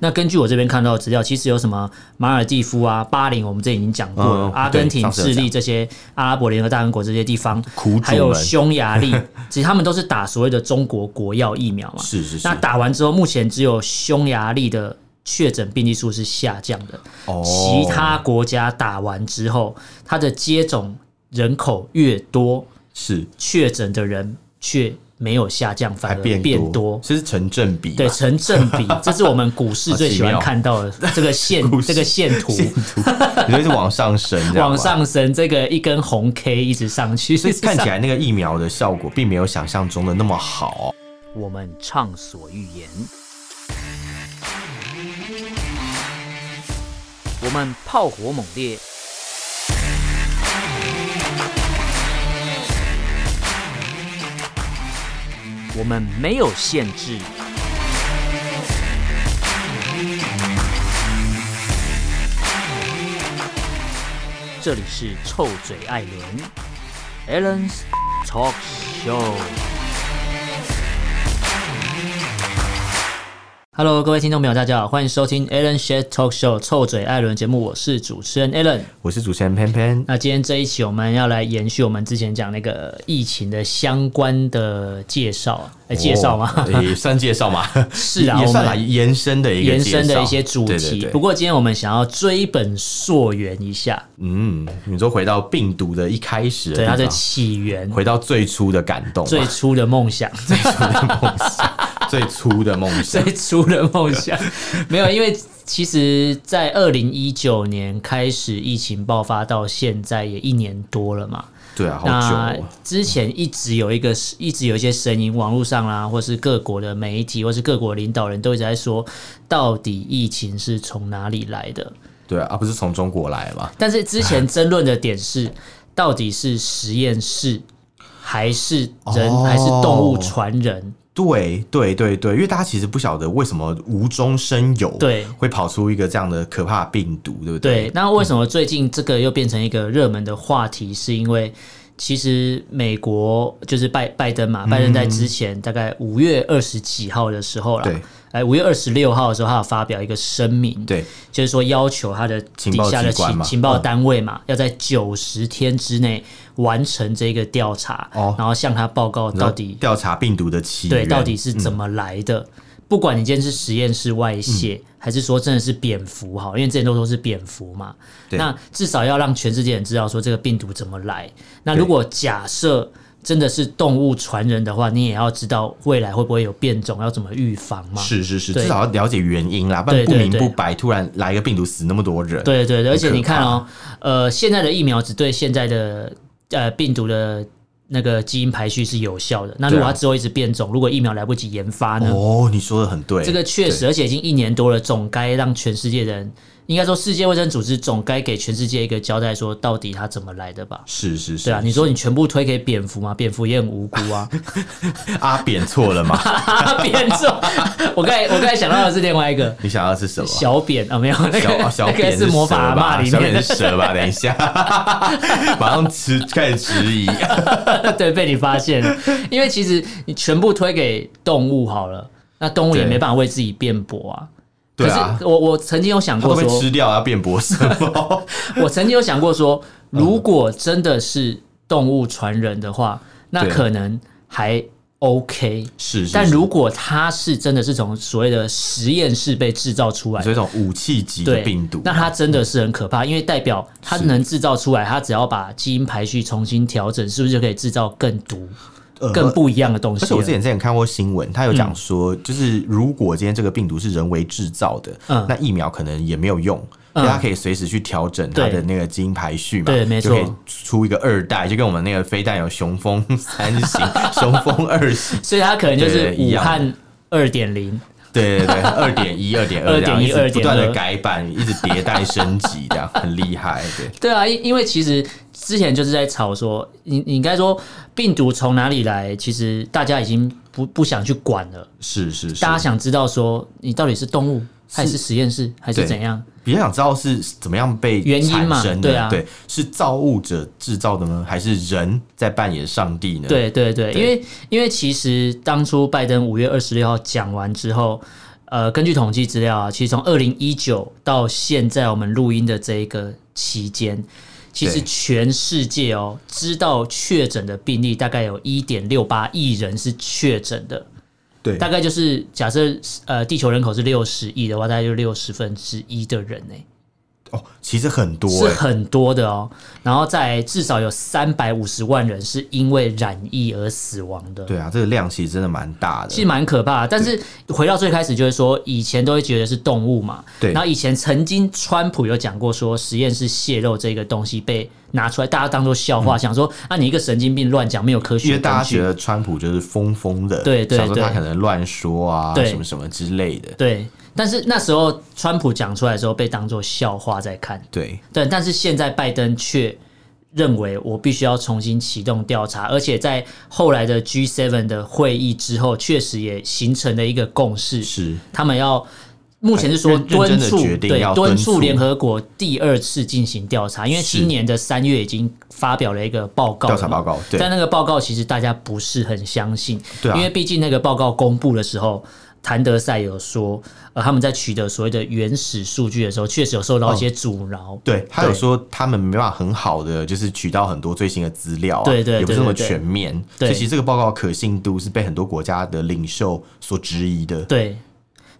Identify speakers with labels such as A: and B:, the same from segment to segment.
A: 那根据我这边看到的资料，其实有什么马尔蒂夫啊、巴林，我们这已经讲过了，
B: 嗯
A: 阿根廷、
B: 对上次有
A: 智利这些阿拉伯联合大公国这些地方
B: 苦主，们
A: 还有匈牙 利，其实他们都是打所谓的中国国药疫苗嘛。
B: 是是是
A: 那，打完之后，目前只有匈牙利的确诊病例数是下降的，
B: 哦
A: 其他国家打完之后，它的接种人口越多，
B: 是
A: 确诊的人却没有下降，
B: 还
A: 反而
B: 变
A: 变多
B: 多，。这是成正比嘛，啊
A: 对，成正 比，这是我们股市最喜欢看到的这个线
B: 股，市
A: 这个线图
B: 线图， 你说是往 上升，这样吗
A: 往。上升，这个一根红 K 一直上去，
B: 所以看起来那个疫苗的效果并没有想象中的那么好、哦
A: 我们畅所欲言，我们炮火猛烈，我们没有限制。这里是臭嘴艾伦 a l l e n s Talk Show。Hello，各位听众朋友，大家好，欢迎收听 Alan s h a t Talk Show 臭嘴艾伦节目，我是主持人 Alan。
B: 我是主持人潘潘，
A: 那今天这一期我们要来延续我们之前讲那个疫情的相关的介绍啊，来介绍吗？
B: 哦也算介绍吗？
A: 是啊
B: 也
A: 我
B: 算
A: 们
B: 来延伸的一个
A: 延伸
B: 介
A: 的
B: 绍
A: 一些主题。
B: 对对对
A: 不过今天我们想要追本溯源一下，
B: 嗯，你说回到病毒的一开始的
A: 对它
B: 地
A: 的
B: 方，
A: 起源、
B: 回到最初的感动嘛，
A: 最初的梦 想、
B: 最初的梦想
A: 最初的梦想。没有，因为其实，在二零一九年开始疫情爆发到现在也一年多了嘛。
B: 对啊，好久、
A: 那
B: 哦。
A: 之前一直有一个，一直有一些声音，网络上啦、或是各国的媒体，或是各国领导人都一直在说，到底疫情是从哪里来的？
B: 对啊，啊不是从中国来嘛？
A: 但是之前争论的点是，到底是实验室，还是人，
B: 哦
A: 还是动物传人？
B: 对对对对，因为大家其实不晓得为什么无中生有，
A: 对
B: 会跑出一个这样的可怕的病毒，对不
A: 对，那为什么最近这个又变成一个热门的话题？是因为其实美国就是拜拜登嘛，拜登在之前大概五月二十几号的时候啦，
B: 对
A: 哎，五月二十六号的时候，他有发表一个声明，，
B: 对
A: 就是说要求他的
B: 情
A: 底
B: 报
A: 下的
B: 机关
A: 情
B: 嘛嗯
A: 情报单位嘛，要在九十天之内完成这个调查，
B: 哦
A: 然后向他报告
B: 然后嗯
A: 到底
B: 调查病毒的起源，
A: 对到底是怎么来的。不管你今天是实验室外泄，
B: 嗯
A: 还是说真的是蝙蝠好，因为之前都说是蝙蝠嘛，
B: 对
A: 那至少要让全世界人知道说这个病毒怎么来。那如果假设真的是动物传人的话，你也要知道未来会不会有变种，要怎么预防嘛？
B: 是是是，
A: 对
B: 至少要了解原因啦，不然
A: 对
B: 不
A: 对
B: 明不
A: 对
B: 白，突然来个病毒死那么多人，
A: 对对对，而且
B: 很可
A: 你看哦，呃，现在的疫苗只对现在的呃病毒的那个基因排序是有效的。那如
B: 对
A: 果
B: 啊
A: 它之后一直变种，如果疫苗来不及研发呢？
B: 哦，你说的很对，
A: 这个确实，而且已经一年多了，总该让全世界人，应该说世界卫生组织总该给全世界一个交代，说到底它怎么来的吧？
B: 是是是，
A: 对啊，你说你全部推给蝙蝠吗？蝙蝠也很无辜啊，
B: 阿啊扁错了吗？
A: 扁重。我刚才我刚才想到的是另外一个
B: 你想要的是什么？
A: 小扁啊，没有那
B: 小
A: 个
B: 小
A: 那个
B: 扁
A: 是
B: 蛇
A: 魔法阿
B: 吧？
A: 嬷里
B: 小
A: 面
B: 扁
A: 的，
B: 是蛇吧？等一下， 马上吃开始质疑，
A: 对，被你发现了。因为其实你全部推给动物好了，那动物也
B: 对
A: 没办法为自己辩驳啊。
B: 对啊
A: 可是我我曾经有想
B: 会不
A: 过
B: 会
A: 说，
B: 吃掉啊要变博什么？
A: 我曾经有想过说，
B: 嗯
A: 如果真的是动物传人的话，那
B: 对
A: 可能还 OK。
B: 是，是
A: 但
B: 是
A: 如果它是真的是从所谓的实验室被制造出来
B: 所以这种武器级的
A: 对
B: 病毒，
A: 那它真的是很可怕，因为代表它能制造出来，它只要把基因排序重新调整，是不是就可以制造更毒、更不一样的东西了？
B: 呃而且我之前之前看过新闻，他有
A: 嗯
B: 讲说，就是如果今天这个病毒是人为制造的，
A: 嗯
B: 那疫苗可能也没有用。因为它可以随时去调整它
A: 对
B: 的那个基因排序嘛，
A: 对没错
B: 就可以出一个二代，就跟我们那个飞弹有雄风三 型、雄风二型，
A: 所以它可能就是
B: 对一
A: 武
B: 样
A: 汉二点零。
B: 对对对，二点一、二点二这样，
A: 2.1
B: 一直不断的
A: 2.2
B: 改版，一直迭代升级，这样很厉害，对。
A: 对啊，因因为其实之前就是在吵说，你你应该说病毒从哪里来，其实大家已经不不想去管了，
B: 是是是
A: 大，家想知道说你到底是动物还是实验室还是
B: 对
A: 怎样？
B: 比较想知道是怎么样被
A: 原因嘛
B: 产生的
A: 对啊
B: 对，是造物者制造的呢，还是人在扮演上帝呢？
A: 对对对，
B: 对
A: 因为因为其实当初拜登五月二十六号讲完之后，呃，根据统计资料啊，其实从二零一九到现在我们录音的这一个期间，其实
B: 对
A: 全世界哦，知道确诊的病例大概有一点六八亿人是确诊的，
C: 对，
A: 大概就是假设呃地球人口是六十亿的话，大概就六十分之一的人呢、
B: 哦，其实很多、
A: 是
B: 欸，
A: 很多的哦。然后再来至少有三百五十万人是因为染疫而死亡的。
B: 对啊，这个量其实真的蛮大的。
A: 其实蛮可怕的。但是回到最开始，就是说以前都会觉得是动物嘛，
B: 对
A: 然后以前曾经川普有讲过说，实验室泄露这个东西被拿出来，大家当做笑话，想说啊你一个神经病乱讲，没有科
B: 嗯因
A: 学
B: 为大
A: 根
B: 家觉
A: 据。
B: 得川普就是疯疯的，
A: 对对
B: 想说他
A: 对
B: 可能乱说啊，
A: 对
B: 什么什么之类的，
A: 对，但是那时候川普讲出来的时候被当做笑话在看，
B: 对
A: 对，但是现在拜登却认为我必须要重新启动调查，而且在后来的 G7 的会议之后，确实也形成了一个共识，
B: 是，
A: 他们要目前是说
B: 哎认认
A: 敦
B: 真地
A: 促
B: 决定
A: 对
B: 要
A: 敦
B: 敦
A: 促
B: 促
A: 联合国第二次进行调查，因为
B: 是
A: 今年的三月已经发表了一个报告了
B: 调
A: 嘛
B: 查报告对
A: 但那个报告其实大家不是很相信，
B: 对啊
A: 因为毕竟那个报告公布的时候。谭德赛有说，呃，他们在取得所谓的原始数据的时候，确实有受到一些阻挠。
B: 对他有说他们没办法很好的就是取到很多最新的资料、啊，
A: 对对
B: 也不是那么
A: 对对对
B: 全面，
A: 对
B: 所以其实这个报告的可信度是被很多国家的领袖所质疑的，
A: 对，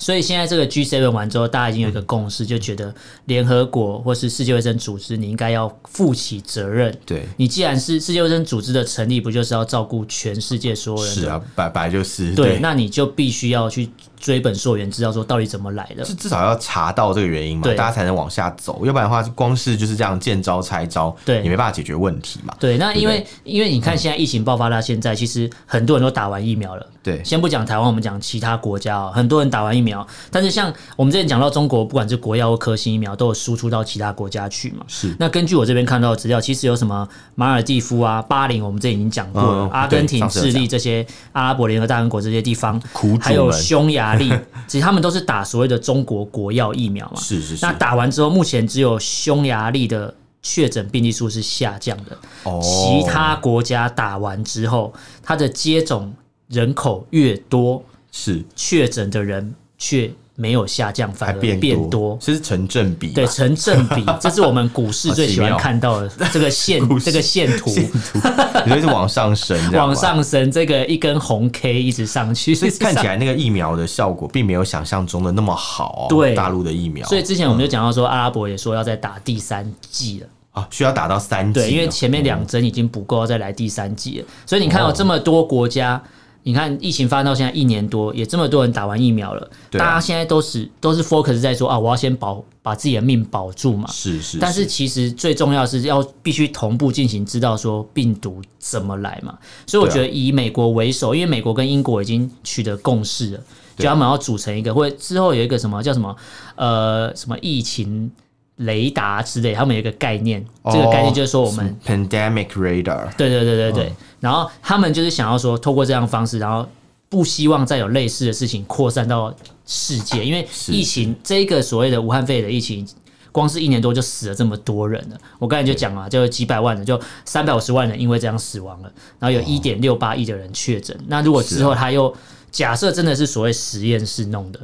A: 所以现在这个 G7 完之后，大家已经有一个共识，就觉得联合国或是世界卫生组织，你应该要负起责任。
B: 对
A: 你既然是世界卫生组织的成立，不就是要照顾全世界所有人的？
B: 是啊，本本来就是
A: 对，那你就必须要去追本溯源，知道说到底怎么来的。
B: 至至少要查到这个原因嘛，
A: 对
B: 大家才能往下走，要不然的话，光是就是这样见招拆招，
A: 对
B: 也没办法解决问题嘛。
A: 对，那因为
B: 对
A: 因为你看现在疫情爆发到现在，其实很多人都打完疫苗了。
B: 对，
A: 先不讲台湾，我们讲其他国家哦，很多人打完疫苗，但是像我们之前讲到中国，不管是国药或科兴疫苗，都有输出到其他国家去嘛。
B: 是
A: 那根据我这边看到的资料，其实有什么马尔蒂夫啊、巴林，我们这已经讲过了，
B: 嗯
A: 阿根廷、
B: 对上次有
A: 智
B: 讲
A: 利这些阿拉伯联合大公国这些地方
B: 苦主，们
A: 还有匈牙利，其实他们都是打所谓的中国国药疫苗嘛。
B: 是是是
A: 那，打完之后，目前只有匈牙利的确诊病例数是下降的，
B: 哦
A: 其他国家打完之后，它的接种人口越多，
B: 是
A: 确诊的人却没有下降，反
B: 还
A: 而
B: 变
A: 变多。
B: 这是成正比嘛，啊
A: 对，成正比，这是我们股市最喜欢看到的这个线，
B: 股市
A: 这个线图
B: 线图，你就是往上升，这样 吧
A: 往。上升，这个一根红 K 一直上去，啊
B: 所以看起
A: 来。
B: 来那个疫苗的效果并没有想象中的那么好、哦，
A: 对
B: 大陆的疫苗，
A: 所以之前我们就讲到说，阿拉伯也说要再打第三剂了。
B: 啊需要打到三剂哦，
A: 对，因为前面两针已经不够，要再来第三剂了。所以你看
B: 哦
A: 有、这么多国家，你看疫情发生到现在一年多，也这么多人打完疫苗了，
B: 对啊
A: 大家现在都是都是 focus 在说啊，我要先保把自己的命保住嘛。
B: 是是，
A: 但是其实最重要的是要必须同步进行，知道说病毒怎么来嘛。所以我觉
B: 对啊
A: 得以美国为首，因为美国跟英国已经取得共识了，就
B: 啊
A: 他们要组成一个，或者之后有一个什么叫什么呃什么疫情雷达之类，他们有一个概念，
B: 哦嗯
A: 这个概念就是说我们
B: pandemic radar
A: 对对对对对。然后他们就是想要说，透过这样的方式，然后不希望再有类似的事情扩散到世界，因为
B: 是
A: 疫情这个所谓的武汉肺炎的疫情。光是一年多就死了这么多人了，我刚才就讲了，就有几百万人，就三百五十万人因为这样死亡了，然后
B: 哦
A: 有一点六八亿的人确诊。那如果之后他又假设真的是所谓实验室弄的，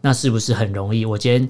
A: 那是不是很容易？我今天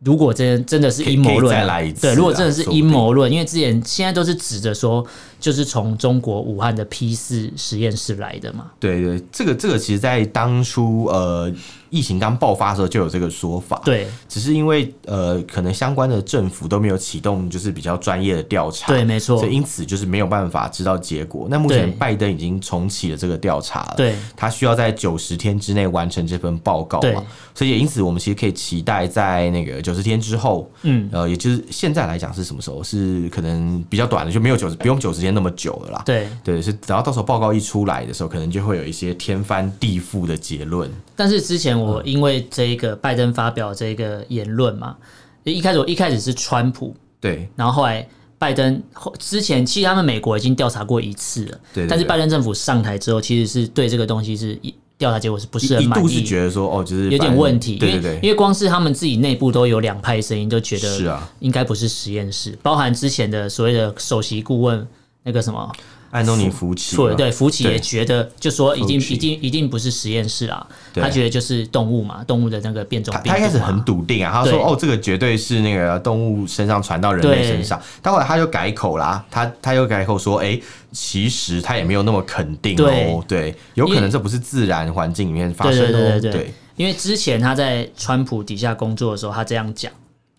A: 如果真真的是阴谋论啊，
B: 可以再来一次
A: 对，
B: 啊
A: 如果真的是阴谋论，因为之前现在都是指着说，就是从中国武汉的 P 四实验室来的嘛，
B: 对对，这个这个其实，在当初呃疫情刚爆发的时候就有这个说法，，
A: 对
B: 只是因为呃可能相关的政府都没有启动就是比较专业的调查，
A: 对，没错
B: 所以，因此就是没有办法知道结果。那目前
A: 对
B: 拜登已经重启了这个调查了，
A: 对
B: 他需要在九十天之内完成这份报告
A: 对
B: 嘛，所以也因此我们其实可以期待在那个九十天之后，
A: 嗯，
B: 呃，也就是现在来讲是什么时候？是可能比较短的，就没有九十，不用九十天那么久了啦。
A: 对。
B: 对，是只要到时候报告一出来的时候，可能就会有一些天翻地覆的结论。
A: 但是之前
B: 嗯
A: 我因为这一个拜登发表这个言论嘛，一开始我一开始是川普，
B: 对，
A: 然后后来拜登后之前，其实他们美国已经调查过一次了，
B: 对对对
A: 但是拜登政府上台之后，其实是对这个东西是一调查结果是不是
B: 一
A: 很
B: 一
A: 满
B: 度是
A: 意？
B: 觉得说，哦，就是
A: 有点
B: 反正
A: 问题，因
B: 对
A: 为
B: 对对，
A: 因为光是他们自己内部都有两派声音，都觉
B: 是
A: 得
B: 啊
A: 应该不是实验室，包含之前的所谓的首席顾问那个什么
B: 安东尼啊福奇嘛，
A: 错了，对，福奇也觉得，就说一定
B: 福奇
A: 一定一定不是实验室啊，
B: 对
A: 他觉得就是动物嘛，动物的那个变种
B: 他
A: 病毒嘛。
B: 他一开始很笃定啊，他说
A: 对
B: 哦，这个绝对是那个动物身上传到人类身上，但后来他就改口啦，他他又改口说，哎、其实他也没有那么肯定哦，对，有可
A: 因
B: 能
A: 为
B: 这不是自然环境里面发生的、哦，
A: 对对对对对因为之前他在川普底下工作的时候，他这样讲。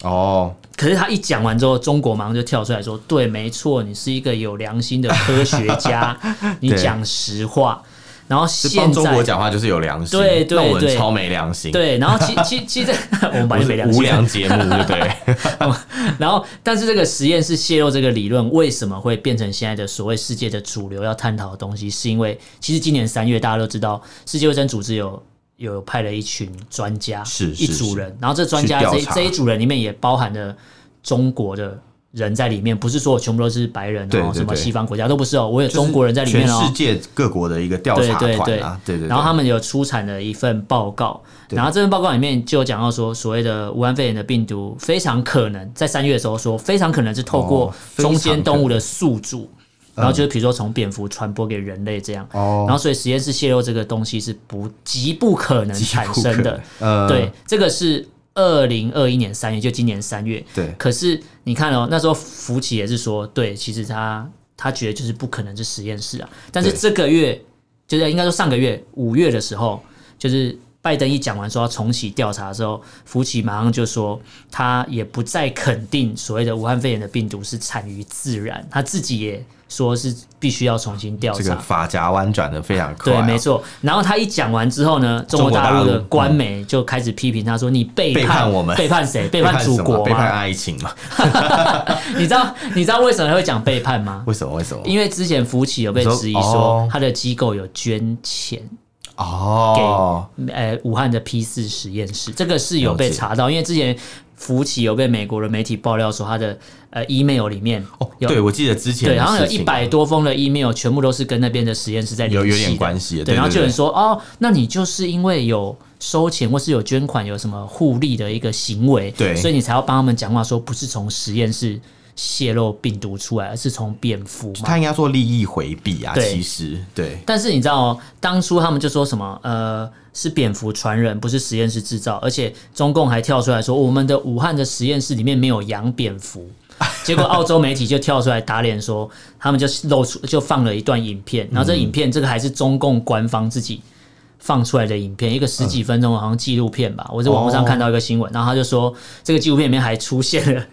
B: 哦，
A: 可是他一讲完之后，中国马上就跳出来说：“对，没错，你是一个有良心的科学 家，你讲实话。”然后
B: 是帮
A: 现
B: 中国
A: 在
B: 讲话就是有良心，
A: 对对
B: 那我们
A: 对
B: 超没良心，
A: 对，然后其其其实 我们
B: 我
A: 本来就是
B: 们
A: 没良
B: 无
A: 心，
B: 良节目，对不对？
A: 然后但是这个实验室泄露这个理论为什么会变成现在的所谓世界的主流要探讨的东西，是因为其实今年三月大家都知道，世界卫生组织有。有派了一群专家，
B: 是
A: 一
B: 是
A: 组
B: 是
A: 人，然后这专家
B: 去调
A: 这一
B: 查
A: 这一组人里面也包含了中国的人在里面，不是说我全部都是白人
B: 对
A: 哦
B: 对，
A: 什么
B: 对
A: 西方国家都不是哦，我有
B: 就 是
A: 中国人在里面哦
B: 全世，界各国的一个调查
A: 对对
B: 团啊，对对对，
A: 然后他们有出产了一份报告，
B: 对
A: 然后这份报告里面就有讲到说，所谓的武汉肺炎的病毒非常可能在三月的时候说，非常可能是透
B: 哦
A: 过
B: 非常
A: 中间动物的宿主，然后就是比如说从蝙蝠传播给人类这样，
B: 哦
A: 然后所以实验室泄露这个东西是不极不可能产生的，，
B: 呃，
A: 对，这个是二零二一年三月，就今年三月，
B: 对，
A: 可是你看哦，那时候福奇也是说，对，其实他他觉得就是不可能是实验室啊。但是
B: 对
A: 这个月，就是应该说上个月五月的时候，就是拜登一讲完说要重启调查之后，福奇马上就说他也不再肯定所谓的武汉肺炎的病毒是产于自然，他自己也说是必须要重新调查。
B: 这个法夹弯转的非常快、
A: 对
B: 啊，，
A: 没错。然后他一讲完之后呢，中
B: 国
A: 国大陆
B: 大
A: 的
B: 陆
A: 官媒就开始批评他说：“你背
B: 背叛我们
A: 背叛 谁？背
B: 背
A: 叛祖
B: 什么啊
A: 国啊
B: 背叛
A: 吗？
B: 爱情嘛？
A: 你知道你知道为什么会讲背叛吗？
B: 为什么？为什么？
A: 因为之前福奇有被质疑
B: 你说
A: 说
B: 哦
A: 他的机构有捐钱给
B: 哦，
A: 呃武汉的 P 四实验室，这个是有被
B: 了解
A: 查到，因为之前福奇有被美国的媒体爆料说他的呃 email 里面
B: 哦，
A: 有
B: 对，我记得之前
A: 对，
B: 的
A: 好像有
B: 事
A: 一
B: 情啊
A: 百多封的 email 全部都是跟那边的实验室在联
B: 有
A: 系
B: 有点
A: 的
B: 关系的，
A: 对，
B: 对，
A: 然后就有人
B: 对
A: 说哦，那你就是因为有收钱或是有捐款有什么互利的一个行为，
B: 对
A: 所以你才要帮他们讲话，说不是从实验室泄露病毒出来，而是从蝙蝠嘛。
B: 他应该做利益回避啊，
A: 对
B: 其实对
A: 但是你知道、哦，当初他们就说什么呃是蝙蝠传人，不是实验室制造，而且中共还跳出来说我们的武汉的实验室里面没有养蝙蝠。结果澳洲媒体就跳出来打脸说，他们就露出就放了一段影片，然后这影片、这个还是中共官方自己放出来的影片，一个十几分钟的好像纪录片吧，我在网络上看到一个新闻，然后他就说这个纪录片里面还出现了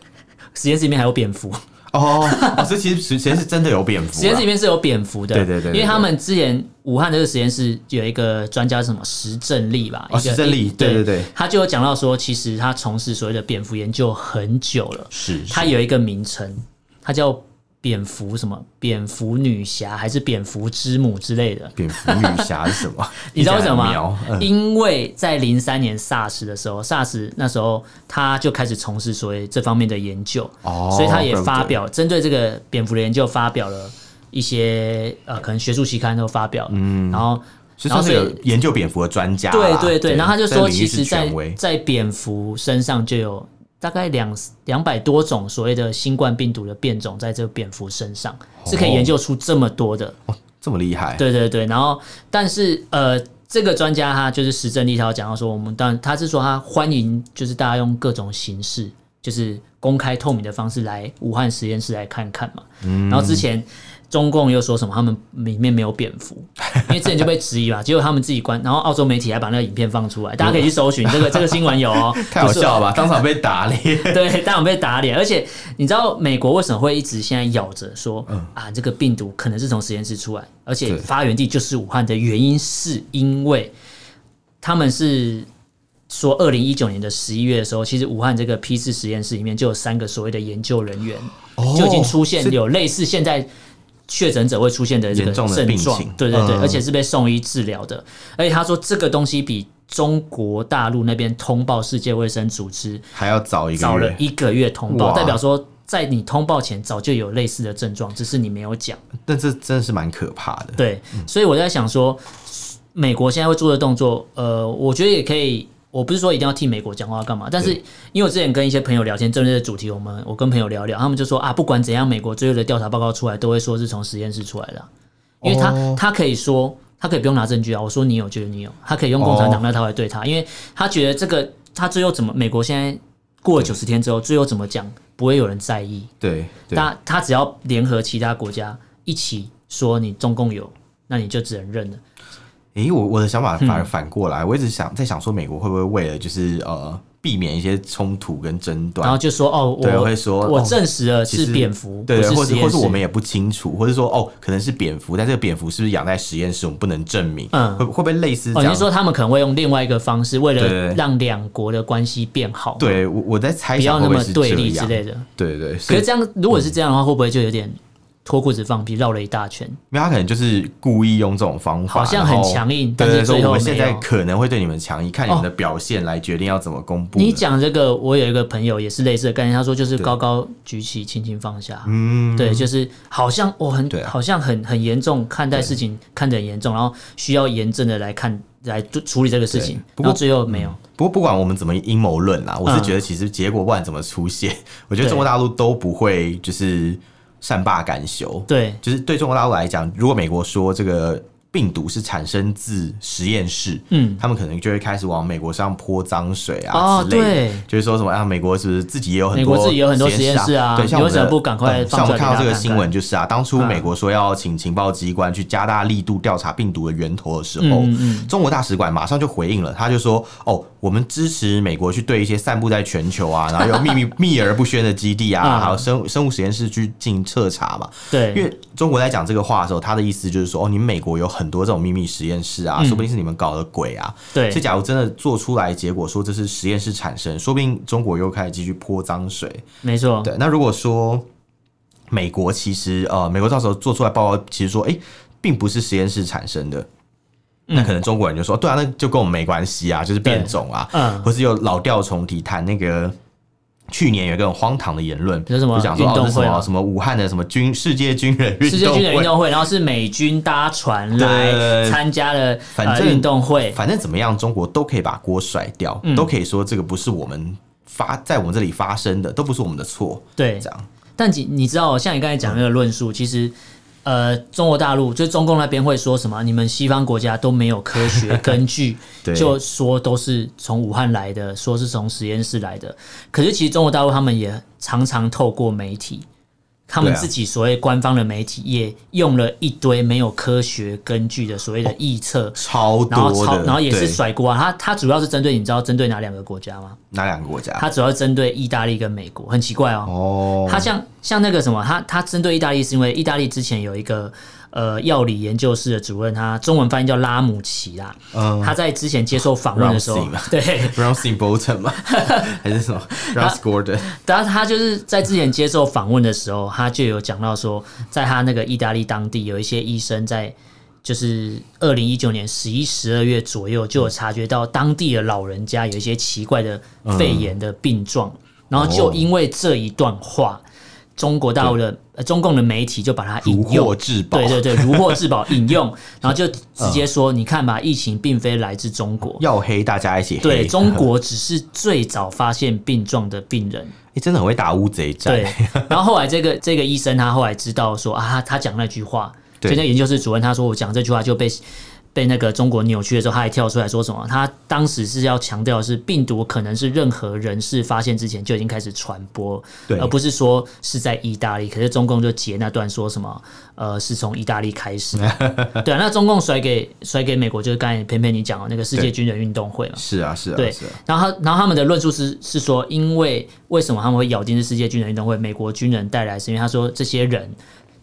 A: 实验室里面还有蝙蝠。
B: 哦，哦，所以其实实实验室真的有蝙蝠 啊，
A: 实验室里面是有蝙蝠的，
B: 对对对对
A: 因为他们之前武汉这个实验室有一个专家是什么石正丽吧，
B: 哦
A: 一个
B: 石正丽
A: 一
B: 对对对
A: 他就有讲到说，其实他从事所谓的蝙蝠研究很久了，
B: 是是
A: 他有一个名称，它叫蝙蝠什么蝙蝠女侠还是蝙蝠之母之类的，
B: 蝙蝠女侠是什么？
A: 你知道为什么
B: 一讲
A: 吗
B: 很？呃妙
A: 因为在零三年 SARS 的时候，SARS 那时候他就开始从事所谓这方面的研究，
B: 哦
A: 所以他也
B: 怪不得
A: 发表针对这个蝙蝠的研究，发表了一些呃，可能学术期刊都发表，嗯，然后
B: 是
A: 然后
B: 算
A: 所
B: 是
A: 以
B: 有研究蝙蝠的专家啦，
A: 对对对，然后他就
B: 这个
A: 说，
B: 领
A: 其
B: 域是
A: 实在
B: 权威
A: 在蝙蝠身上就有大概两两百多种所谓的新冠病毒的变种，在这个蝙蝠身上是可以研究出这么多的。
B: 哦这么厉害，
A: 对对对，然后但是呃，这个专家他就是实证立他有讲到说，我们当然他是说他欢迎就是大家用各种形式，就是公开透明的方式来武汉实验室来看看嘛。
B: 嗯
A: 然后之前。中共又说什么？他们里面没有蝙蝠，因为之前就被质疑嘛，结果他们自己关，然后澳洲媒体还把那个影片放出来，大家可以去搜寻这个这个新闻有哦，
B: 太好
A: 不是
B: 笑了吧？当场被 打脸，
A: 对，当然被打脸。而且你知道美国为什么会一直现在咬着说、啊，这个病毒可能是从实验室出来，而且
B: 嗯对
A: 发源地就是武汉的原因，是因为他们是说，二零一九年的十一月的时候，其实武汉这个 P 四实验室里面就有三个所谓的研究人员、
B: 哦
A: 就已经出现有类似现在。确诊者会出现的这个
B: 严重的
A: 症
B: 病
A: 状
B: 情，
A: 对对对，
B: 嗯
A: 而且是被送医治疗的。而且他说，这个东西比中国大陆那边通报世界卫生组织
B: 还要早一个
A: 早了
B: 月，
A: 一个月通报，
B: 哇
A: 代表说在你通报前早就有类似的症状，只是你没有讲。
B: 但这真的是蛮可怕的。嗯
A: 对，所以我在想说，美国现在会做的动作，呃，我觉得也可以我不是说一定要替美国讲话干嘛，但是因为我之前跟一些朋友聊天，针对的主题，我们我跟朋友聊聊，他们就说啊，不管怎样，美国最后的调查报告出来，都会说是从实验室出来的啊、因为他、
B: 哦
A: 他可以说，他可以不用拿证据啊，我说你有就是你有，他可以用
B: 哦
A: 共产党那套来对他，因为他觉得这个他最后怎么美国现在过了九十天之后，最后怎么讲不会有人在意，
B: 对对
A: 他他只要联合其他国家一起说你中共有，那你就只能认了。
B: 诶，我我的想法反
A: 嗯
B: 而反过来，我一直想在想说，美国会不会为了就是呃避免一些冲突跟争
A: 然后
B: 端，
A: 就说哦，
B: 对
A: 我
B: 会说
A: 我
B: 哦
A: 证实了
B: 其
A: 是
B: 实
A: 蝙蝠，
B: 对，
A: 不
B: 或
A: 是实
B: 者
A: 验
B: 或是我
A: 室
B: 们也不清楚，或者说哦可能是蝙蝠，但这个蝙蝠是不是养在实验室，我们不能证明，
A: 嗯
B: 会会不会类似
A: 哦，
B: 这
A: 你
B: 样？
A: 是说他们可能会用另外一个方式，为
B: 对对
A: 了
B: 对
A: 让两国的关系变好，，
B: 对我我在猜
A: 不要
B: 想
A: 那
B: 会不
A: 么
B: 会是嗯
A: 对
B: 这
A: 立之
B: 样，
A: 类的。
B: 对对，
A: 可
B: 所以
A: 是这样，如果是这样的话，会不会就有点脱裤子放屁，绕了一大圈？
B: 因为他可能就是故意用这种方法，
A: 好像很强硬但
B: 然后
A: 是
B: 对对
A: 最
B: 对，
A: 后
B: 说我们现
A: 没
B: 在
A: 有哦
B: 可能会对你们强硬，看你们的表现来决定要怎么公布。
A: 你，讲这个，我有一个朋友也是类似的概念，他说就是
B: 对
A: 高高举起，轻轻放下。
B: 嗯，
A: 对，就是好像我很、
B: 对啊
A: 好像很很严重看待事情，看得很严重，然后需要严正的来看来处理这个事情
B: 对，不
A: 然
B: 过嗯
A: 后最后没有。
B: 不过不管我们怎么阴谋论啦，我是
A: 嗯
B: 觉得其实结果不管怎么出现， 我觉得
A: 对
B: 中国大陆都不会就是善罢甘休。
A: 对，
B: 就是对中国大陆来讲，如果美国说这个病毒是产生自实验室，
A: 嗯，
B: 他们可能就会开始往美国上泼脏水啊
A: 哦
B: 之类的。
A: 对
B: 就是说什么啊，美国是不是自己也有很
A: 美
B: 多
A: 国自己有很多
B: 实
A: 实验室啊
B: 对，像
A: 你
B: 我
A: 为
B: 们
A: 什么
B: 的
A: 不赶快
B: 嗯
A: 放
B: 像
A: 出来
B: 我们看
A: 给
B: 到这
A: 大
B: 个
A: 家
B: 新
A: 看
B: 闻就是啊，当初
A: 嗯
B: 美国说要请情报机关去加大力度调查病毒的源头的时候，
A: 嗯嗯
B: 中国大使馆马上就回应了，他就说：“哦，我们支持美国去对一些散布在全 球啊，然后又秘密秘而不宣的基地啊，
A: 嗯
B: 还有生生物实验室去进行彻查嘛。”
A: 对，
B: 因为中国在讲这个话的时候，他的意思就是说：“哦，你们美国有很多这种秘密实验室啊，
A: 嗯
B: 说不定是你们搞的鬼啊。”
A: 对
B: 所以，假如真的做出来，结果说这是实验室产生，说不定中国又开始继续泼脏水。
A: 没错，
B: 对，那如果说美国其实呃，美国到时候做出来报告，其实说哎、诶并不是实验室产生的，
A: 嗯
B: 那可能中国人就说，对啊，那就跟我们没关系啊，就是变种啊，
A: 嗯，
B: 或是有老调重提谈那个。去年有一个很荒唐的言论，
A: 比如什么
B: 就讲说
A: 运动
B: 哦，这是
A: 会
B: 什
A: 啊
B: 么什么武汉的什么军世界军人运
A: 世界
B: 动
A: 军人
B: 会
A: 运，动会，然后是美军搭船来
B: 对
A: 参加了
B: 反
A: 呃
B: 正
A: 运动会，
B: 反正怎么样，中国都可以把锅甩掉，
A: 嗯
B: 都可以说这个不是我们发在我们这里发生的，都不是我们的错，
A: 对
B: 这。样
A: 但你你知道，像你刚才讲那个论述，其实。呃，中国大陆就中共那边会说什么？你们西方国家都没有科 学根据
B: 对，
A: 就说都是从武汉来的，说是从实验室来的。可是其实中国大陆他们也常常透过媒体，他们
B: 对啊
A: 自己所谓官方的媒体，也用了一堆没有科学根据的所谓的臆测，
B: 超
A: 然后
B: 哦多
A: 超，
B: 的，
A: 然后也是
B: 对
A: 甩锅啊。他他主要是针对你知道针对哪两个国家吗？
B: 哪两个国家？
A: 他主要是针对意大利跟美国，很奇怪哦。
B: 哦，
A: 他像像那个什么，他他针对意大利是因为意大利之前有一个呃药理研究室的主任，他中文翻译叫拉姆齐啦。
B: 嗯
A: 他在之前接受访问的时候
B: Ramsey 嘛，
A: 对，
B: Ramsey Bolton 吗？ 还是什么 Ross Gordon？
A: 然后他就是在之前接受访问的时候，他就有讲到说，在他那个意大利当地有一些医生在。就是二零一九年十一、十二月左右，就有察觉到当地的老人家有一些奇怪的
B: 嗯
A: 肺炎的病状，然后
B: 哦
A: 就因为这一段话，中国大陆的、呃、中共的媒体就把它
B: 如
A: 引用
B: 获至宝，嗯
A: 对对对，如获至宝 引用，然后就直接说，你看吧，疫情并非来自中国，
B: 要黑大家一起黑。
A: 对中 国只是最早发现病状的病人，
B: 诶真的很会打乌贼战
A: 对。 然后后来这个这个医生他后来知道说啊，他他讲那句话，就
B: 对
A: 那个研究室主任他说我讲这句话就被。被那个中国扭曲的时候，他还跳出来说什么？他当时是要强调的是病毒可能是任何人士发现之前就已经开始传播，
B: 对
A: 而不是说是在意大利。可是中共就截那段说什么，呃，是从意大利开 始。对啊，那中共甩给甩给美国，就是刚才偏偏你讲的那个世界
B: 对
A: 军人运动会嘛。
B: 是啊，是啊，
A: 对
B: 是啊。
A: 然后他，然后他们的论述是是说，因为为什么他们会咬定是世界军人运动会，美国军人带来，是因为他说这些人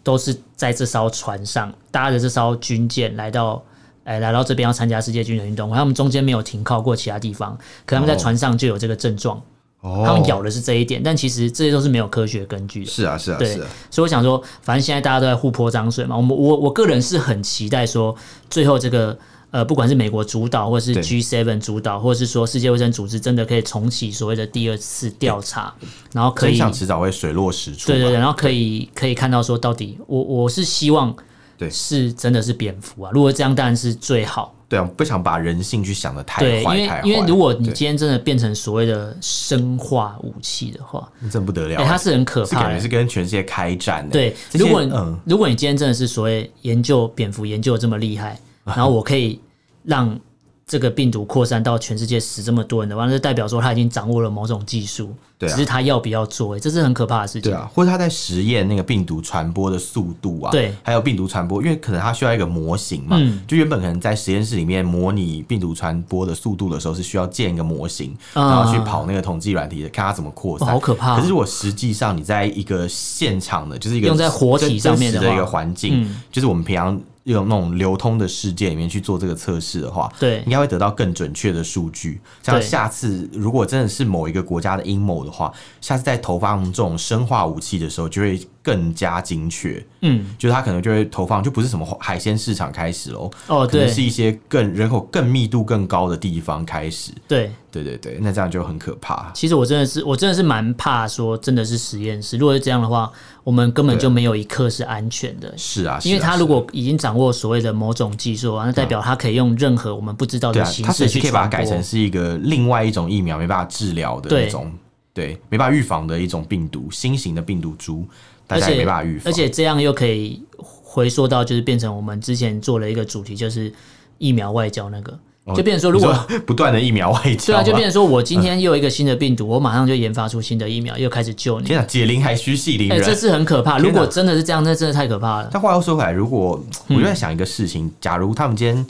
A: 都是在这艘船上搭着这艘军舰来到。哎，来到这边要参加世界军人运动会，他们中间没有停靠过其他地方，可他们在
B: 哦
A: 船上就有这个症状，
B: 哦
A: 他们咬的是这一点，但其实这些都是没有科学根据的。
B: 是啊，是啊，
A: 对
B: 是啊。
A: 所以我想说，反正现在大家都在互泼脏水嘛，我们我我个人是很期待说，最后这个呃，不管是美国主导，或是
B: 对
A: G7 主导，或是说世界卫生组织，真的可以重启所谓的第二次调查，然后可
B: 真
A: 以
B: 相迟早会水落石出嘛。
A: 对对对，然后可以可以看到说，到底我我是希望
B: 对
A: 是真的是蝙蝠啊，如果这样当然是最好。
B: 对啊，不想把人性去想的太
A: 对，因
B: 坏
A: 为
B: 太坏。
A: 因为如果你
B: 对
A: 今天真的变成所谓的生化武器的话，
B: 真的不得了
A: 哎、
B: 欸，
A: 它是很可
B: 是
A: 怕
B: 感觉
A: 的
B: 是。跟全世界开战欸。
A: 对，
B: 这些
A: 如果你、
B: 嗯
A: 如果你今天真的是所谓研究蝙蝠研究得这么厉 害，然后我可以让这个病毒扩散到全世界死这么多人的话，那就代表说他已经掌握了某种技术，
B: 对啊
A: 只是他要不要做、哎，这是很可怕的事情。
B: 对啊，或者他在实验那个病毒传播的速度啊，
A: 对
B: 还有病毒传播，因为可能他需要一个模型嘛，
A: 嗯
B: 就原本可能在实验室里面模拟病毒传播的速度的时候是需要建一个模型，
A: 啊
B: 然后去跑那个统计软体的，看它怎么扩散，
A: 哇好可怕啊
B: 可是如果实际上你在一个现场的，就是一个
A: 用在活体
B: 真
A: 上面的
B: 真
A: 话嗯
B: 实的一个环境，就是我们平常。用那种流通的世界里面去做这个测试的话，
A: 对
B: 应该会得到更准确的数据。像
A: 对
B: 下次如果真的是某一个国家的阴谋的话，下次在投放这种生化武器的时候，就会更加精确。
A: 嗯，
B: 就是它可能就会投放，就不是什么海鲜市场开始喽，
A: 哦，
B: 可能
A: 对
B: 是一些更人口更密度更高的地方开始。
A: 对，
B: 对对对，那这样就很可怕。
A: 其实我真的是我真的是蛮怕说真的是实验室，如果是这样的话，我们根本就没有一刻是安全的。
B: 啊是啊，是啊
A: 因为他
B: 是啊
A: 如果已经掌握所谓的某种技术啊，那代表他可以用任何我们不知道
B: 对
A: 的
B: 啊，
A: 形
B: 它
A: 式
B: 甚至
A: 去
B: 可以把它
A: 传播。
B: 改成是一个另外一种疫苗没办法治疗的
A: 对
B: 那种，对，没办法预防的一种病毒，新型的病毒株，大
A: 而
B: 家也
A: 且
B: 没办法预防。
A: 而且这样又可以回溯到，就是变成我们之前做了一个主题，就是疫苗外交那个，就变成说如果。
B: 哦你说 嗯不断的疫苗外交
A: 对
B: 吗，
A: 啊，就变成说，我今天又有一个新的病毒，我马上就研发出新的疫苗，又开始救你。
B: 天啊，解铃还须系铃
A: 哎、
B: 人。
A: 这是很可怕。
B: 天
A: 如
B: 哪
A: 果真的是这样，那真的太可怕了。
B: 但话又说回来，如果
A: 嗯
B: 我就在想一个事情，假如他们今天。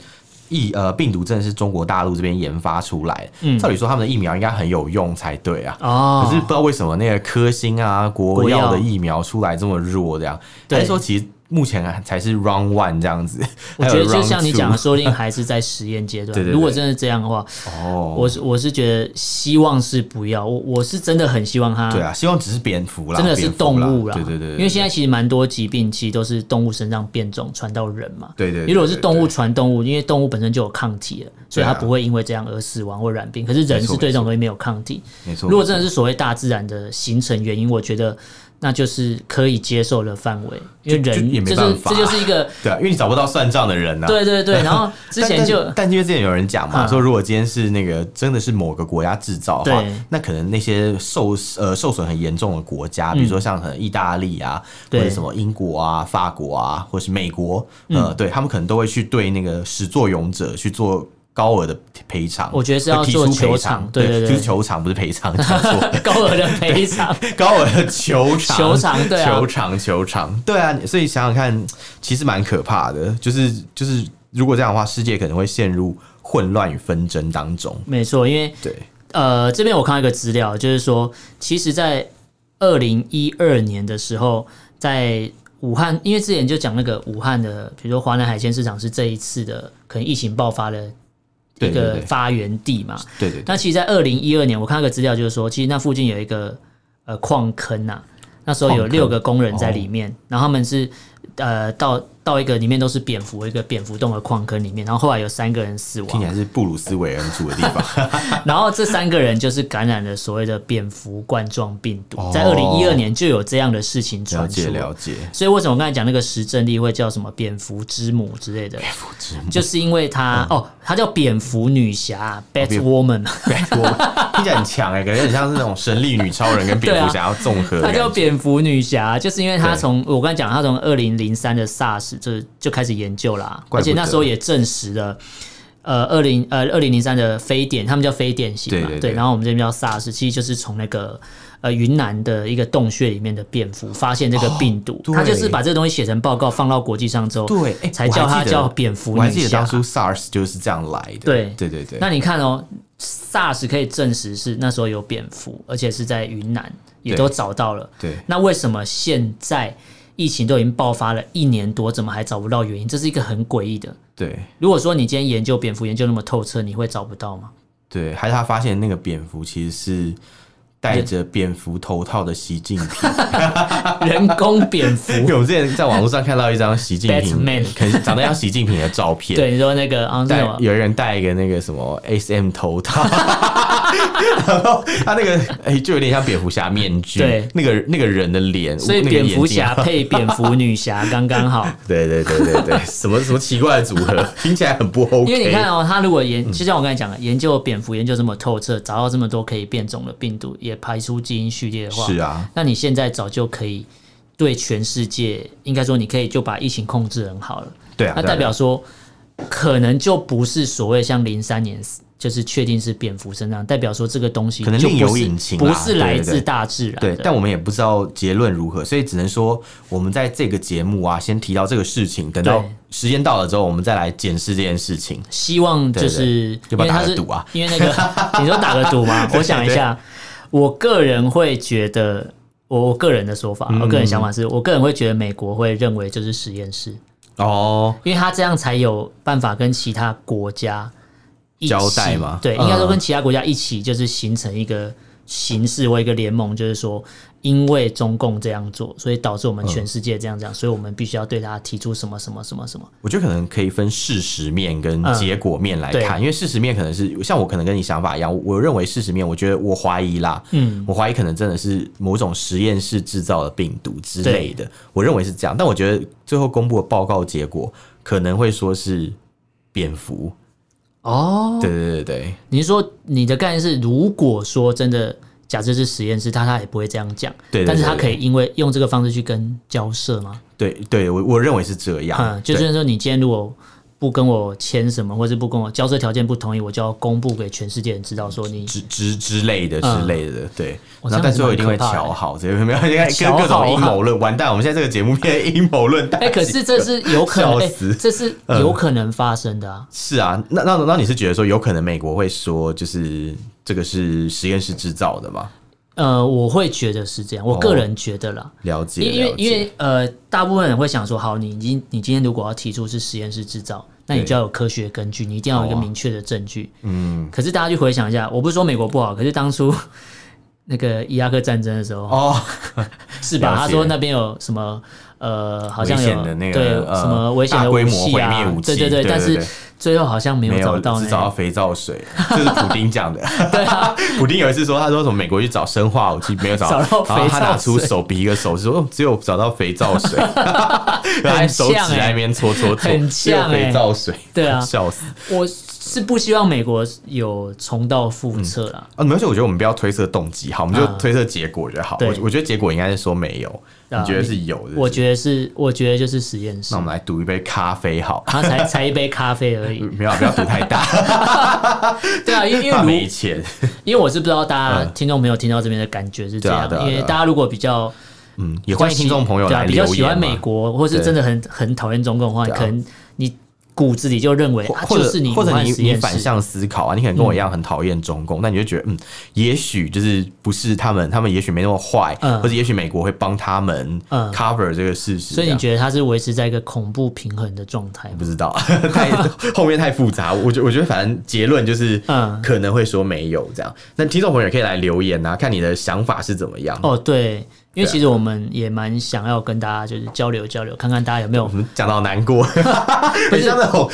B: 疫呃病毒真的是中国大陆这边研发出来，
A: 嗯
B: 照理说他们的疫苗应该很有用才对啊。
A: 哦，
B: 可是不知道为什么那个科兴啊、国
A: 国
B: 药
A: 药
B: 的疫苗出来这么弱，这样还
A: 对
B: 是说其实目前啊才是 round one 这样子？
A: 我觉得就像你讲的，
B: 的
A: 说不定还是在实验阶
B: 对
A: 段。
B: 对对
A: 如果真的这样的话，
B: 哦，
A: 我是我是觉得希望是不要，我我是真的很希望它
B: 对啊，希望只是蝙蝠啦，
A: 真的是
B: 蝙蝠
A: 动物
B: 啦，对对对，对
A: 因为现在其实蛮多疾病其实都是动物身上变种传到人嘛。
B: 对对，对
A: 如果是
B: 对
A: 动物
B: 对
A: 传动物，因为动物本身就有抗体了，所以它
B: 对啊
A: 不会因为这样而死亡或染病。可是人
B: 没错
A: 是对这种东西没有抗体。
B: 没错，
A: 如果
B: 没
A: 真的是所谓大自然的形成原因，我觉得那就是可以接受的范围，因为
B: 就就也
A: 人
B: 没
A: 就
B: 办
A: 是
B: 法
A: 这就是一 个
B: 错对啊，因为你找不到算账的人呐，啊
A: 对对 对。然后之前
B: 但
A: 就
B: 但但因为之前有人讲嘛，
A: 嗯
B: 说如果今天是那个真的是某个国家制造的话
A: 对，
B: 那可能那些受呃受损很严重的国家，比如说像可能意大利啊，或
A: 嗯对
B: 者什么英国啊、法国啊，或是美国，呃，
A: 嗯
B: 对他们可能都会去对那个始作俑者去做。高额的赔偿，
A: 我觉得是要
B: 会提
A: 做
B: 出
A: 球
B: 赔
A: 场
B: 偿
A: 对对对
B: 就是球场不是赔偿，讲错
A: 高额的赔 偿，
B: 高尔的球场，
A: 球场对啊
B: 球场，球场，对啊，所以想想看，其实蛮可怕的，就是就是，如果这样的话，世界可能会陷入混乱与纷争当中。
A: 没错，因为
B: 对，
A: 呃，这边我看到一个资料，就是说，其实，在二零一二年的时候，在武汉，因为之前就讲那个武汉的，比如说华南海鲜市场是这一次的可能疫情爆发的
B: 对
A: 一
B: 对
A: 个
B: 对
A: 发源地嘛。
B: 对对对，
A: 那其实，在二零一二年，我看到一个资料，就是说，其实那附近有一个呃矿坑呐、那时候
B: 矿
A: 有
B: 坑哦
A: 六个工人在里面，然后他们是呃到到一个里面都是蝙蝠，一个蝙蝠洞的矿坑里面，然后后来有三个人死亡
B: 听起，来是布鲁斯韦恩住的地方。
A: 然后这三个人就是感染了所谓的蝙蝠冠状病毒，
B: 哦
A: 在二零一二年就有这样的事情
B: 了
A: 传
B: 解
A: 出。
B: 了 解，
A: 所以为什么我刚才讲那个实证例会叫什么蝙蝠之母之类的，
B: 不知名
A: 就是因为它、哦，它叫蝙蝠女
B: 哦
A: 侠 Bat Woman，
B: 我听起来很强哎、感觉很像是那种神力女超人跟蝙蝠侠要综合的
A: 它
B: 感觉。
A: 叫蝙蝠女侠，就是因为它
B: 对
A: 从我刚才讲，它从二零零三的 SARS 就就开始研究啦，而
B: 怪不得
A: 且那时候也证实了。呃，二零呃二零零三的非典，他们叫非典型嘛，
B: 对对对
A: 然后我们这边叫 SARS，其实就是从那个呃云南的一个洞穴里面的蝙蝠发现这个病毒，
B: 哦对
A: 他就是把这个东西写成报告放到国际上之后，
B: 对，哎
A: 才叫
B: 我还
A: 它
B: 记得
A: 叫蝙蝠
B: 我还
A: 女
B: 记得
A: 侠
B: 当。初 SARS 就是这样来的。
A: 对
B: 对对对，
A: 那你看哦，SARS 可以证实是那时候有蝙蝠，而且是在云南也
B: 对
A: 都找到了，
B: 对
A: 那为什么现在疫情都已经爆发了一年多，怎么还找不到原因？这是一个很诡异的。
B: 对
A: 如果说你今天研究蝙蝠研究那么透彻，你会找不到吗？
B: 对，还是他发现那个蝙蝠其实是戴着蝙蝠头套的习近 平。
A: 人工蝙 蝠，
B: 因为我之前在网络上看到一张习近平
A: Batman，
B: 可能长得像习近平的照片，
A: 对你说那个啊，那
B: 戴
A: 种
B: 有人戴一个那个什么 S M 头套， 然后他那个哎、就有点像蝙蝠侠面具，
A: 对
B: 那个那个人的脸，
A: 所以
B: 那个
A: 蝙
B: 眼
A: 蝠
B: 睛
A: 侠
B: 啊。
A: 配蝙蝠女侠刚刚 好。
B: 对对对对对，什么什么奇怪的组合，听起来很不 OK。
A: 因为你看哦，他如果研，就像我刚才讲的，研究蝙蝠研究这么透彻，找到这么多可以变种的病毒，也排出基因序列的话，
B: 是啊，
A: 那你现在早就可以对全世界，应该说你可以就把疫情控制很好了。
B: 对啊，
A: 那
B: 对啊
A: 代表说，可能就不是所谓像零三年就是确定是蝙蝠身上，代表说这个东西
B: 可能
A: 就
B: 另
A: 不
B: 有
A: 是
B: 隐情
A: 不
B: 啦
A: 是来
B: 对对
A: 自
B: 对
A: 大自然
B: 对，
A: 的。
B: 但我们也不知道结论如何，所以只能说我们在这个节目啊，先提到这个事情，等到
A: 对
B: 时间到了之后，我们再来检视这件事情。
A: 希望就
B: 对
A: 是
B: 就
A: 因
B: 把
A: 为
B: 打
A: 他
B: 个
A: 是
B: 赌啊
A: 因为那 个你说打个赌嘛，我想一下，我个人会觉得。我我个人的说
B: 嗯
A: 法，我个人想法是我个人会觉得美国会认为就是实验室，
B: 哦，
A: 因为他这样才有办法跟其他国家一起
B: 交代嘛
A: 对，
B: 嗯
A: 应该说跟其他国家一起，就是形成一个形式或一个联盟，就是说，因为中共这样做，所以导致我们全世界这样
B: 嗯
A: 这样，所以我们必须要对他提出什么什么什么什么。
B: 我觉得可能可以分事实面跟
A: 嗯
B: 结果面来看，
A: 对
B: 因为事实面可能是像我可能跟你想法一样，我我认为事实面，我觉得我怀疑啦，
A: 嗯，
B: 我怀疑可能真的是某种实验室制造的病毒之类的，我认为是这样。但我觉得最后公布的报告结果可能会说是蝙蝠，
A: 哦，
B: 对对对对。
A: 你是说你的概念是，如果说真的。假设是实验室，他他也不会这样讲，
B: 对对
A: 但是他
B: 对
A: 可以因为用这个方式去跟交涉吗？
B: 对对，我我认为是这样，
A: 嗯，就
B: 对
A: 是说你今天如果不跟我签什么，或是不跟我交涉条件不同意，我就要公布给全世界人知道说你
B: 之之之类的之
A: 嗯
B: 类的，对。
A: 哦
B: 然后但最后一定会
A: 这样子蛮可怕的
B: 调好，这没有现在
A: 调
B: 跟各
A: 好啊
B: 种阴谋论，完蛋！我们现在这个节目变成阴谋论大 集
A: 哎、
B: 合。
A: 可是这是有可
B: 笑
A: 能，哎、
B: 死嗯
A: 这是有可能发生的啊。
B: 是啊，那那那你是觉得说有可能美国会说就是这个是实验室制造的吗？
A: 呃，我会觉得是这样，我
B: 哦
A: 个人觉得啦，
B: 了解，
A: 因因为
B: 了解
A: 因为呃，大部分人会想说，好，你今你今天如果要提出是实验室制造，那你
B: 对
A: 就要有科学根据，你一定要有一个
B: 好啊
A: 明确的证据。
B: 嗯
A: 可是大家去回想一下，我不是说美国不好，可是当初 那个伊拉克战争的时候，
B: 哦，
A: 是吧？
B: 了解
A: 他说那边有什么呃，好像
B: 危险
A: 有
B: 的那个
A: 对
B: 呃
A: 什么危险
B: 大
A: 的
B: 规模
A: 器
B: 毁
A: 啊
B: 灭武，
A: 对
B: 器
A: 对
B: 对对
A: 但是
B: 对
A: 最后好像没有
B: 没
A: 找
B: 有，
A: 到
B: 只
A: 呢。
B: 找到肥皂水， 这是普 丁讲的。对啊，普丁有一次说，他说什么美国去找生化武器，没有找
A: 找到
B: 到，
A: 肥皂水
B: 然后他拿出手比一个手势，说哦只有找到肥皂 水，然后还手指在那边搓搓搓，
A: 欸很
B: 只有
A: 像欸
B: 肥皂水，
A: 对啊
B: 笑死
A: 我是不希望美国有重蹈覆辙啦。
B: 啊！没关系，我觉得我们不要推测动机，好，我们就
A: 啊
B: 推测结果就好。
A: 对
B: 我我觉得结果应该是说没有，
A: 啊
B: 你觉得是有的？
A: 我
B: 得，
A: 觉得是，我觉得就是实验室
B: 那我，们来赌一杯咖啡好。
A: 他才 才一杯咖啡而已。
B: 没有，不要赌太大，
A: 对啊， 因为因
B: 嗯怕
A: 为
B: 没
A: 如
B: 钱。
A: 因为我是不知道大家听众朋友听到这边的感觉是这样
B: 对啊对啊，
A: 因为
B: 对啊
A: 大家如果比较
B: 嗯，也欢迎听众朋友
A: 对啊
B: 来
A: 比较
B: 留
A: 喜
B: 言
A: 欢
B: 嘛
A: 美。国，或是
B: 对
A: 真的很很讨厌中共的话，
B: 对啊
A: 可能你骨子里就认为
B: 或
A: 啊，
B: 或
A: 就
B: 者
A: 是你
B: 或
A: 武
B: 者
A: 汉
B: 你
A: 实
B: 你
A: 验
B: 反
A: 室。嗯
B: 向思考啊，你可能跟我一样很讨厌中共，但你就觉得嗯，也许就是不是他们，他们也许没那么坏，
A: 嗯
B: 或者也许美国会帮他们
A: 嗯
B: cover 这个事实
A: 所
B: 这样。
A: 以你觉得它是维持在一个恐怖平衡的状态吗？
B: 不知道，太后面太复杂。我觉我觉得反正结论就是，
A: 嗯
B: 可能会说没有这样。那听众朋友也可以来留言啊，看你的想法是怎么样。
A: 哦，对，因
B: 对
A: 为
B: 啊
A: 其实我们也蛮想要跟大家就是交流交流，看看大家有没有
B: 我们讲到 难过，很像那种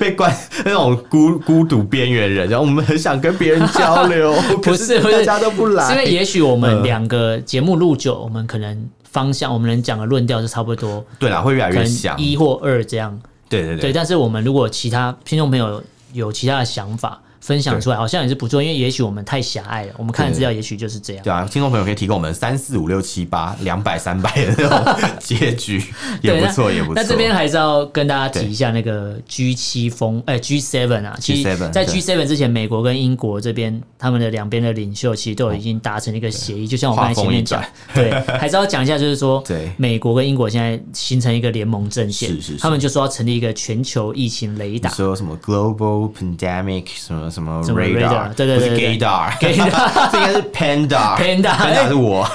B: 被关那种孤孤独边缘人，然后我们很想跟别人交流，可
A: 不是不
B: 大
A: 是
B: 家都不来，
A: 是因为也许我
B: 嗯
A: 们两个节目录久，我们可能方向，我们能讲的论调是差不多，
B: 对啦，会越来
A: 可
B: 越
A: 能
B: 像。
A: 一或二这样。
B: 对对
A: 对，
B: 对，
A: 但是我们如果其他听众朋友有其他的想法分享出来，好像也是不错，因为也许我们太狭隘了，我们看的资料也许就是这样。
B: 对啊，听众朋友可以提供我们三四五六七八两百三百的那种 结局，也
A: 对
B: 不
A: 那
B: 错，也不错。
A: 那这边还是要跟大家提一下那个 G 七峰，哎、g seven 啊，其实
B: G7
A: 在
B: 对
A: G seven 之前，美国跟英国这边他们的两边的领袖其实都有已经达成一个协议，就像我刚才前面讲
B: 话，
A: 对，还是要讲一下，就是说，
B: 对
A: 美国跟英国现在形成一个联盟阵线，
B: 是是是
A: 他们就说要成立一个全球疫情雷
B: 你
A: 达。
B: 说什么 global pandemic 什么什么
A: 什么
B: radar，
A: radar，对对对
B: 不是
A: 对
B: gaydar，
A: gaydar
B: 这应该是 panda
A: panda，
B: panda 是我，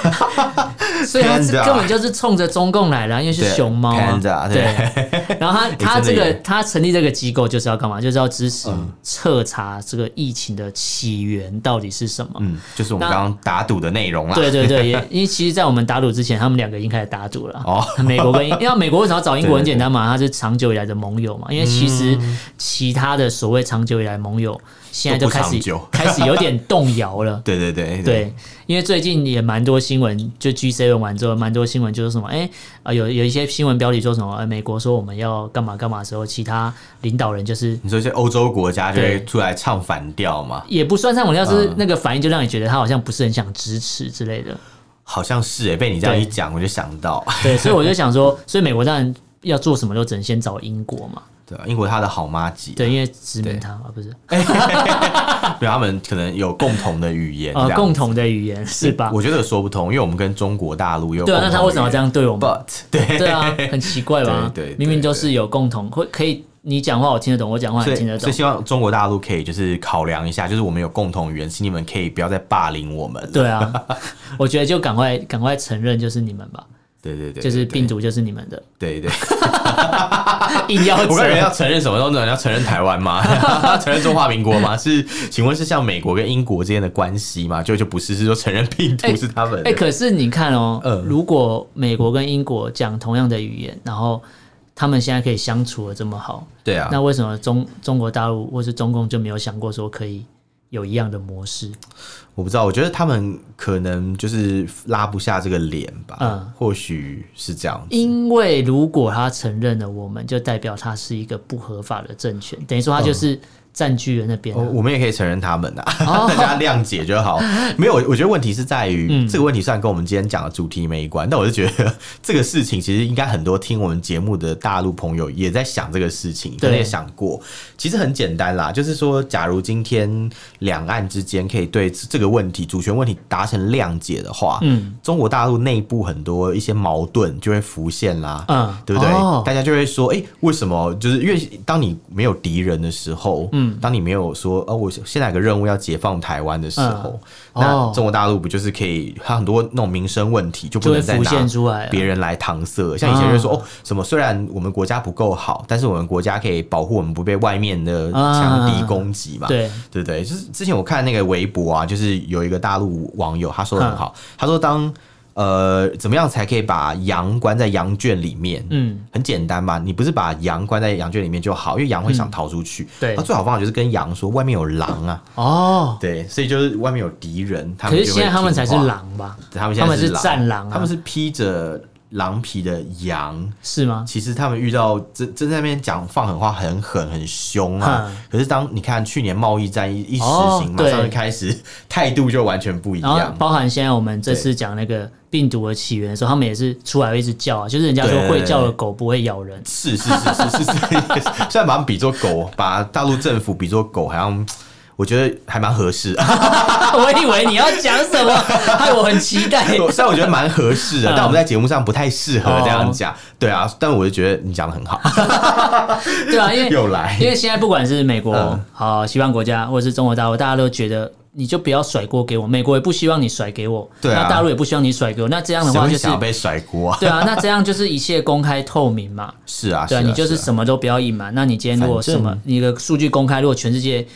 A: 所以他是
B: Panda
A: 根本就是冲着中共来的啊，因为是
B: 对
A: 熊猫啊
B: Panda，对
A: 对。 然后他他
B: 真的
A: 这个
B: 耶
A: 他成立这个机构就是要干嘛？就是要支持
B: 嗯
A: 彻查这个疫情的起源到底是什么。
B: 嗯，就是我们
A: 那
B: 刚刚打赌的内容啦。
A: 对对对，也因为其实，在我们打赌之前，他们两个已经开始打赌了。啊
B: 哦，
A: 美国跟英，因为美国为什么要找英国很简
B: 嗯
A: 单嘛，它是长久以来的盟友嘛。因为其实其他的所谓长久以来盟友，现在就开
B: 都
A: 始
B: 不长久
A: 开始有点动摇了。
B: 对对对
A: 对，因为最近也蛮多新闻，就 G seven 完之后，蛮多新闻就是什么，哎、啊、有有一些新闻标题说什么，呃，美国说我们要干嘛干嘛的时候，其他领导人就是
B: 你说一些欧洲国家就会
A: 对
B: 出来唱反调嘛？
A: 也不算上我要
B: 嗯
A: 是那个反应，就让你觉得他好像不是很想支持之类的。
B: 好像是哎、被你这样
A: 对
B: 一讲，我就想到，
A: 对，所以我就想说， 所以美国当然要做什么都只能先找英国嘛，
B: 对啊，英国它的好妈鸡，
A: 对，因为殖
B: 对哎
A: 民他嘛， 不是
B: 对他们可能有共同的语言，
A: 呃
B: 这样
A: 共同的语言是吧？
B: 我觉得有说不通，因为我们跟中国大陆有
A: 啊对啊，那他为什么要这
B: 样
A: 样对我们？
B: ？But 对
A: 对啊，很奇怪吧？
B: 对对对
A: 明明都是有共同，会可以你讲话我听得懂，我讲话
B: 所
A: 你听得
B: 以，所
A: 懂
B: 以。希望中国大陆可以就是考量一下，就是我们有共同语言，请你们可以不要再霸凌我们了。
A: 对啊，我觉得就赶快赶快承认就是你们吧，
B: 对对对，
A: 就是
B: 对
A: 病，毒就是你们的，
B: 对对。对
A: 硬要
B: 我
A: 承
B: 个人
A: 认
B: 要承认什么东西？要承认台湾吗？ 承认中华民国吗？是，请问是像美国跟英国之间的关系吗？就就不是，是说承认病毒
A: 哎
B: 是他们的。
A: 哎、可是你看哦、
B: 嗯
A: 如果美国跟英国讲同样的语言，然后他们现在可以相处的这么好，
B: 对啊，
A: 那为什么中中国大陆或是中共就没有想过说可以有一样的模式？
B: 我不知道，我觉得他们可能就是拉不下这个脸吧，
A: 嗯
B: 或许是这样子。
A: 因为如果他承认了我们，就代表他是一个不合法的政权，等于说他
B: 嗯
A: 就是占据了那边、
B: 哦我
A: 啊。哦
B: 我们也可以承认他们啊， 大家谅解 就好。没有，我觉得问题是在于、
A: 嗯
B: 这个问题虽然跟我们今天讲的主题没关，但我是觉得 这个事情其实应该很多听我们节目的大陆朋友也在想这个事情，可能
A: 对
B: 也想过。其实很简单啦，就是说，假如今天两岸之间可以对这个问题、主权问题达成谅解的话，
A: 嗯
B: 中国大陆内部很多一些矛盾就会浮现啦。
A: 嗯，
B: 对不对？
A: 哦
B: 大家就会说，哎、为什么？就是因为当你没有敌人的时候，嗯，当你没有说，哦，我现在有个任务要解放台湾的时候，
A: 嗯哦
B: 那中国大陆不就是可以，它很多那种民生问题就不
A: 就
B: 能
A: 会
B: 再
A: 浮现
B: 拿
A: 出来了。嗯
B: 别人来搪塞。像以前就会说，哦，什么虽然我们国家不够好，但是我们国家可以保护我们不被外面的强敌攻击嘛。
A: 嗯对，
B: 对不对？就是之前我看那个微博啊，就是有一个大陆网友他说
A: 嗯
B: 的很好，他说当呃怎么样才可以把羊关在羊圈里面？
A: 嗯，
B: 很简单嘛，你不是把羊关在羊圈里面就好，因为羊会想逃出去。
A: 对
B: 那最好方法就是跟羊说外面有狼啊，
A: 哦，
B: 对，所以就是外面有敌人，他
A: 可
B: 们
A: 是
B: 就会
A: 现在他们才是
B: 听话，
A: 狼吧？
B: 他们现在
A: 他们是
B: 狼
A: 战狼啊
B: 他们是披着狼皮的羊。
A: 是吗？
B: 其实他们遇到真真在那边讲放狠话很狠很凶啊
A: 哼，
B: 可是当你看去年贸易战一一实
A: 哦
B: 行，马
A: 对
B: 上就开始 态度就完全不一
A: 然后
B: 样。
A: 包含现在我们这次讲那个病毒的起源的时候，他们也是出来会一直叫啊，就是人家说
B: 对
A: 会叫的狗不会咬人。
B: 是是是是是，是虽然把他们比作狗，把大陆政府比作狗，好像我觉得还蛮合适。
A: 啊我以为你要讲什 么，害我很期待。
B: 虽 然我觉得蛮合适的，
A: 嗯哦
B: 但我们在节目上不太适合这样讲。对啊，但我就觉得你讲的很好，
A: 对啊，因为
B: 又来
A: 因为现在不管是美国、
B: 嗯
A: 好西方国家，或者是中国大陆，大家都觉得你就不要甩锅给我，美国也不希望你甩给我，
B: 对啊
A: 那大陆也不希望你甩给我，那这样的
B: 谁
A: 话
B: 会
A: 就是
B: 想要被甩锅啊？
A: 对啊，那这样就是一切公开透明嘛。
B: 是啊，
A: 对啊，
B: 啊
A: 你就是
B: 啊
A: 什么都不要隐瞒。那你今天如果什么
B: 反，
A: 你的数据公开，如果全世界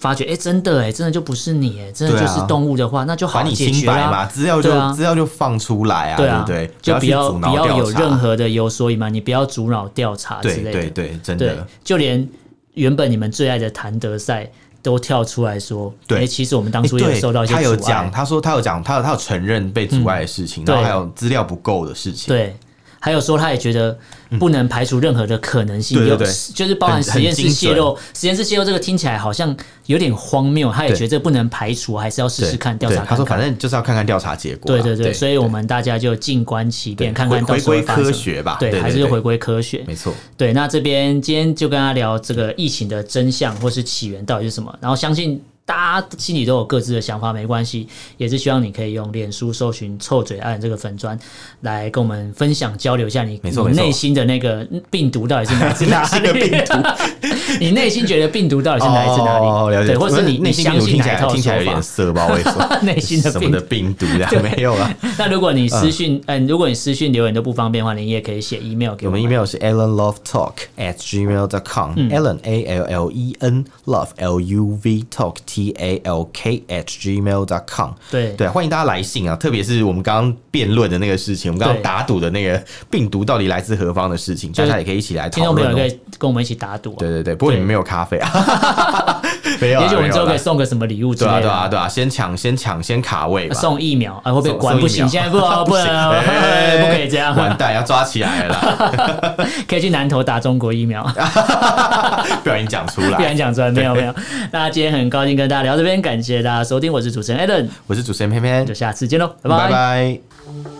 A: 发觉，哎、真的哎、真的就不是你哎、真的
B: 对
A: 就
B: 啊
A: 是动物的话，那就好
B: 还你
A: 解
B: 清
A: 决
B: 白
A: 啦、
B: 嘛，资料就
A: 对啊
B: 资料就放出来啊，
A: 对
B: 对
A: 啊
B: 不，对？
A: 就
B: 不
A: 不
B: 去
A: 要
B: 阻挠
A: 不要
B: 调
A: 有
B: 查
A: 任何的有所隐瞒，你不要阻挠调查之
B: 对
A: 类的。
B: 对对，真
A: 对
B: 的。
A: 就连原本你们最爱的谭德赛都跳出来说，
B: 对
A: 诶其实我们当
B: 诶
A: 初也
B: 对，
A: 受到一些
B: 他有
A: 阻
B: 讲，
A: 碍。
B: 他说他有讲，他有他有承认被阻碍的事情，
A: 嗯
B: 然后
A: 对
B: 还有资料不够的事情，
A: 对，还有说他也觉得不能排除任何的可能性，
B: 嗯对对
A: 有
B: 对
A: 就是包含
B: 很
A: 实验
B: 很
A: 室
B: 精
A: 泄露，实验室泄露这个听起来好像有点荒谬，他也
B: 对
A: 觉得这不能排除，还是要试
B: 对，
A: 试看调查
B: 对他
A: 看
B: 说
A: 看
B: 反。正就是要看看调查结果
A: 对
B: 啦，
A: 对对，
B: 对，
A: 所以我们大家就静观其变，
B: 对
A: 看看
B: 回
A: 到时候
B: 回归
A: 会发生
B: 科
A: 什么
B: 学吧对
A: 对，
B: 对
A: 还是
B: 对
A: 回归科学。
B: 没错，
A: 对，那这边今天就跟大家聊这个疫情的真相或是起源到底是什么，然后相信。大家心里都有各自的想法，没关系，也是希望你可以用脸书搜寻“臭嘴案”这个粉砖来跟我们分享交流一下你
B: 没错
A: 你
B: 没错
A: 内心的那个嗯病毒到底是哪 自哪
B: 内心的
A: 里？
B: 病
A: 你内心觉得病毒到底是哪自哪里？
B: 哦，了解，
A: 对，或者是你
B: 内
A: 你
B: 心
A: 相
B: 病毒
A: 信
B: 听
A: 哪
B: 起
A: 一
B: 来
A: 套
B: 听起来有
A: 说
B: 点
A: 法？
B: 色吧？我也说
A: 内心的
B: 什么
A: 病
B: 的
A: 毒。
B: 病毒 这样没有啊啦。
A: 那如果你私讯，嗯、如果你私讯留言都不方便的话，你也可以写 email 给我
B: 我们
A: 们。
B: email 是 allenlovetalk at gmail dot
A: 嗯
B: com，allen a l l e n love l u v talk t a l k at gmail dot com。
A: 对
B: 对，欢迎大家来信啊！特别是我们刚刚辩论的那个事情，我们刚刚
A: 对
B: 打赌的那个病毒到底来自何方的事情，大
A: 是
B: 家也可以一起来
A: 听
B: 讨
A: 众朋
B: 论
A: 友可
B: 哦。
A: 以跟我们一起打赌、啊。
B: 对对对，不过你们没有咖啡啊，没有 啊
A: 也许我们之后
B: 没有
A: 可
B: 啦
A: 以送个什么礼物之
B: 对
A: 类
B: 啊，
A: 的，
B: 对啊，对啊，先抢，先抢，先卡位吧。
A: 送疫苗啊，会被
B: 送
A: 管
B: 送
A: 不
B: 疫
A: 行，
B: 苗
A: 现在不不能 哦，
B: 行
A: 嘿不可以这样，
B: 哎完蛋，要抓起来了 啦，
A: 可以去南投打中国疫 苗，
B: 不小心讲出
A: 不然
B: 来。
A: 讲出来没有没有。那今天很高兴跟大家聊这边，感谢大家收听，我是主持人 Allen，
B: 我是主持人偏偏
A: 就，下次见喽，拜
B: 拜拜。